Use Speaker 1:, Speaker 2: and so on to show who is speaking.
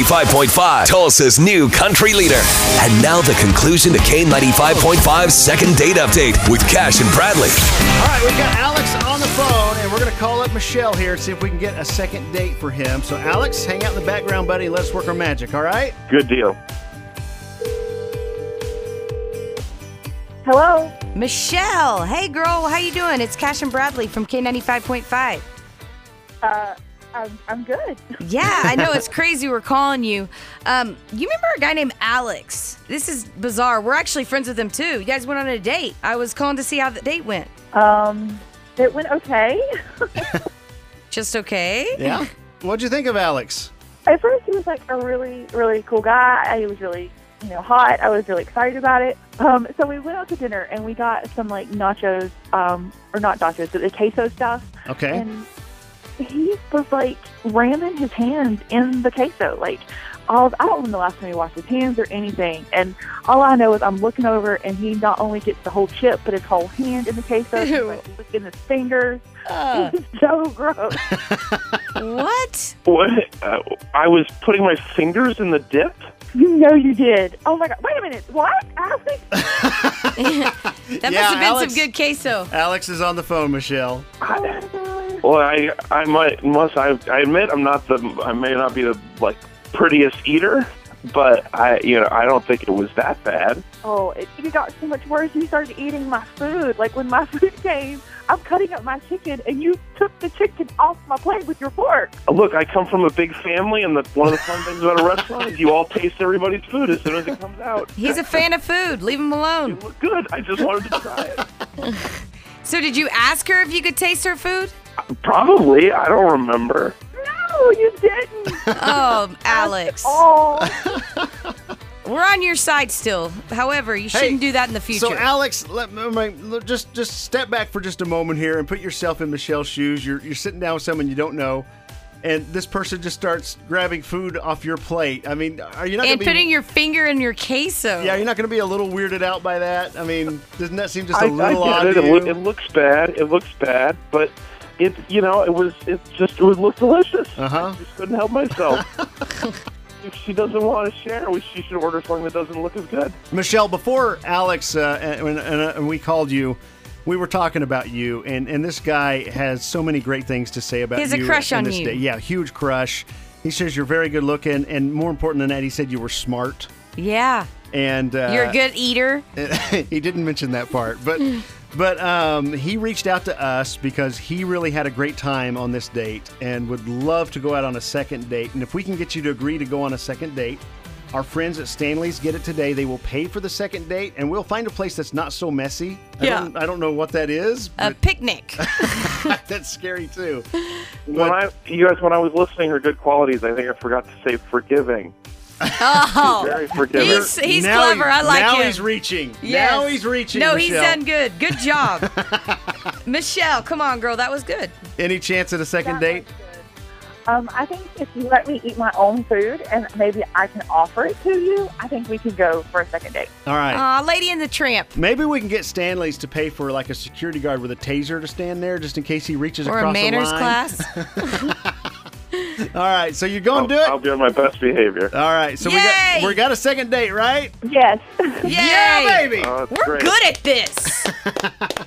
Speaker 1: K95.5, Tulsa's new country leader. And now the conclusion to K95.5's second date update with Cash and Bradley.
Speaker 2: All right, we've got Alex on the phone, and we're going to call up Michelle here and see if we can get a second date for him. So, Alex, hang out in the background, buddy. and Let's work our magic, all right?
Speaker 3: Good deal.
Speaker 4: Hello.
Speaker 5: Michelle, hey girl, how you doing? It's Cash and Bradley from K95.5.
Speaker 4: Uh, I'm, I'm good.
Speaker 5: Yeah, I know it's crazy we're calling you. Um, you remember a guy named Alex? This is bizarre. We're actually friends with him too. You guys went on a date. I was calling to see how the date went.
Speaker 4: Um, it went okay.
Speaker 5: Just okay?
Speaker 2: Yeah. What'd you think of Alex?
Speaker 4: At first, he was like a really, really cool guy. He was really, you know, hot. I was really excited about it. Um, so we went out to dinner and we got some like nachos, um, or not nachos, but the queso stuff.
Speaker 2: Okay.
Speaker 5: Um,
Speaker 4: And he was like ramming his hands in the queso. Like, all I don't remember the last time he washed his hands or anything. And all I know is I'm looking over and he not only gets the whole chip, but his whole hand in the queso. He's
Speaker 5: Ew.
Speaker 4: like licking his fingers.
Speaker 5: Uh,
Speaker 4: It's so gross.
Speaker 5: what?
Speaker 3: What? Uh, I was putting my fingers in the dip.
Speaker 4: You know you did. Oh my god! Wait a minute. What? Alex?
Speaker 5: That
Speaker 2: Yeah,
Speaker 5: must have been
Speaker 2: Alex-
Speaker 5: some good queso.
Speaker 2: Alex is on the phone, Michelle.
Speaker 4: Oh my god.
Speaker 3: Well, I I might must I, I admit I'm not the I may not be the like prettiest eater, but I you know I don't think it was that bad.
Speaker 4: Oh, it, it got so much worse. You started eating my food. Like when my food came, I'm cutting up my chicken, and you took the chicken off my plate with your fork.
Speaker 3: Uh, Look, I come from a big family, and the, one of the fun things about a restaurant is you all taste everybody's food as soon as it comes out.
Speaker 5: He's a fan of food. Leave him alone.
Speaker 3: It looked good. I just wanted to try it.
Speaker 5: So did you ask her if you could taste her food?
Speaker 3: Probably, I don't remember.
Speaker 4: No, you didn't.
Speaker 5: Oh, Alex.
Speaker 4: Oh,
Speaker 5: We're on your side still. However, you shouldn't do that in the future.
Speaker 2: So, Alex, let, let me- let- just just step back for just a moment here and put yourself in Michelle's shoes. You're you're sitting down with someone you don't know, and this person just starts grabbing food off your plate. I mean, are you not
Speaker 5: and
Speaker 2: gonna
Speaker 5: putting
Speaker 2: be,
Speaker 5: your finger in your queso.
Speaker 2: Yeah, you're not going to be a little weirded out by that. I mean, doesn't that seem just a
Speaker 3: I-
Speaker 2: little
Speaker 3: I
Speaker 2: odd
Speaker 3: get it.
Speaker 2: to
Speaker 3: It, loo-
Speaker 2: you?
Speaker 3: it looks bad. It looks bad, but it you know it was it just it looked delicious.
Speaker 2: Uh-huh.
Speaker 3: I just couldn't help myself. if she doesn't want to share, we, she should order something that doesn't look as good.
Speaker 2: Michelle, before Alex uh, and, and, uh, and we called you, we were talking about you, and, and this guy has so many great things to say about
Speaker 5: He has a
Speaker 2: you.
Speaker 5: crush
Speaker 2: in
Speaker 5: on
Speaker 2: this
Speaker 5: you.
Speaker 2: day. Yeah, huge crush. He says you're very good looking, and more important than that, he said you were smart.
Speaker 5: Yeah.
Speaker 2: And uh,
Speaker 5: You're a good eater.
Speaker 2: he didn't mention that part, but but um, he reached out to us because he really had a great time on this date and would love to go out on a second date. And if we can get you to agree to go on a second date, our friends at Stanley's get it today. They will pay for the second date, and we'll find a place that's not so messy.
Speaker 5: Yeah. Uh,
Speaker 2: I don't, I don't know what that is,
Speaker 5: A
Speaker 2: but
Speaker 5: picnic.
Speaker 2: that's scary too.
Speaker 3: When I you guys when I was listening, her good qualities. I think I forgot to say forgiving.
Speaker 5: Oh.
Speaker 3: Very forgiving.
Speaker 5: He's, he's
Speaker 2: Now
Speaker 5: clever. I like
Speaker 2: now
Speaker 5: him.
Speaker 2: Now he's reaching.
Speaker 5: Yes.
Speaker 2: Now he's reaching.
Speaker 5: No, he's
Speaker 2: Michelle.
Speaker 5: done good. Good job. Michelle, come on, girl. That was good.
Speaker 2: Any chance at a second
Speaker 4: that
Speaker 2: date?
Speaker 4: was good. Um, I think if you let me eat my own food and maybe I can offer it to you, I think we could go for a second date.
Speaker 2: All right.
Speaker 5: Aw, Uh, Lady and the Tramp.
Speaker 2: Maybe we can get Stanley's to pay for like a security guard with a taser to stand there just in case he reaches
Speaker 5: Or a
Speaker 2: across
Speaker 5: manners
Speaker 2: the line.
Speaker 5: class.
Speaker 2: All right, so you're going
Speaker 3: I'll,
Speaker 2: to do it.
Speaker 3: I'll be on my best behavior.
Speaker 2: All right, so we
Speaker 5: Yay!
Speaker 2: got we got a second date, right?
Speaker 4: Yes.
Speaker 5: Yay.
Speaker 2: Yeah, baby.
Speaker 3: Oh, that's
Speaker 5: We're
Speaker 3: great.
Speaker 5: good at this.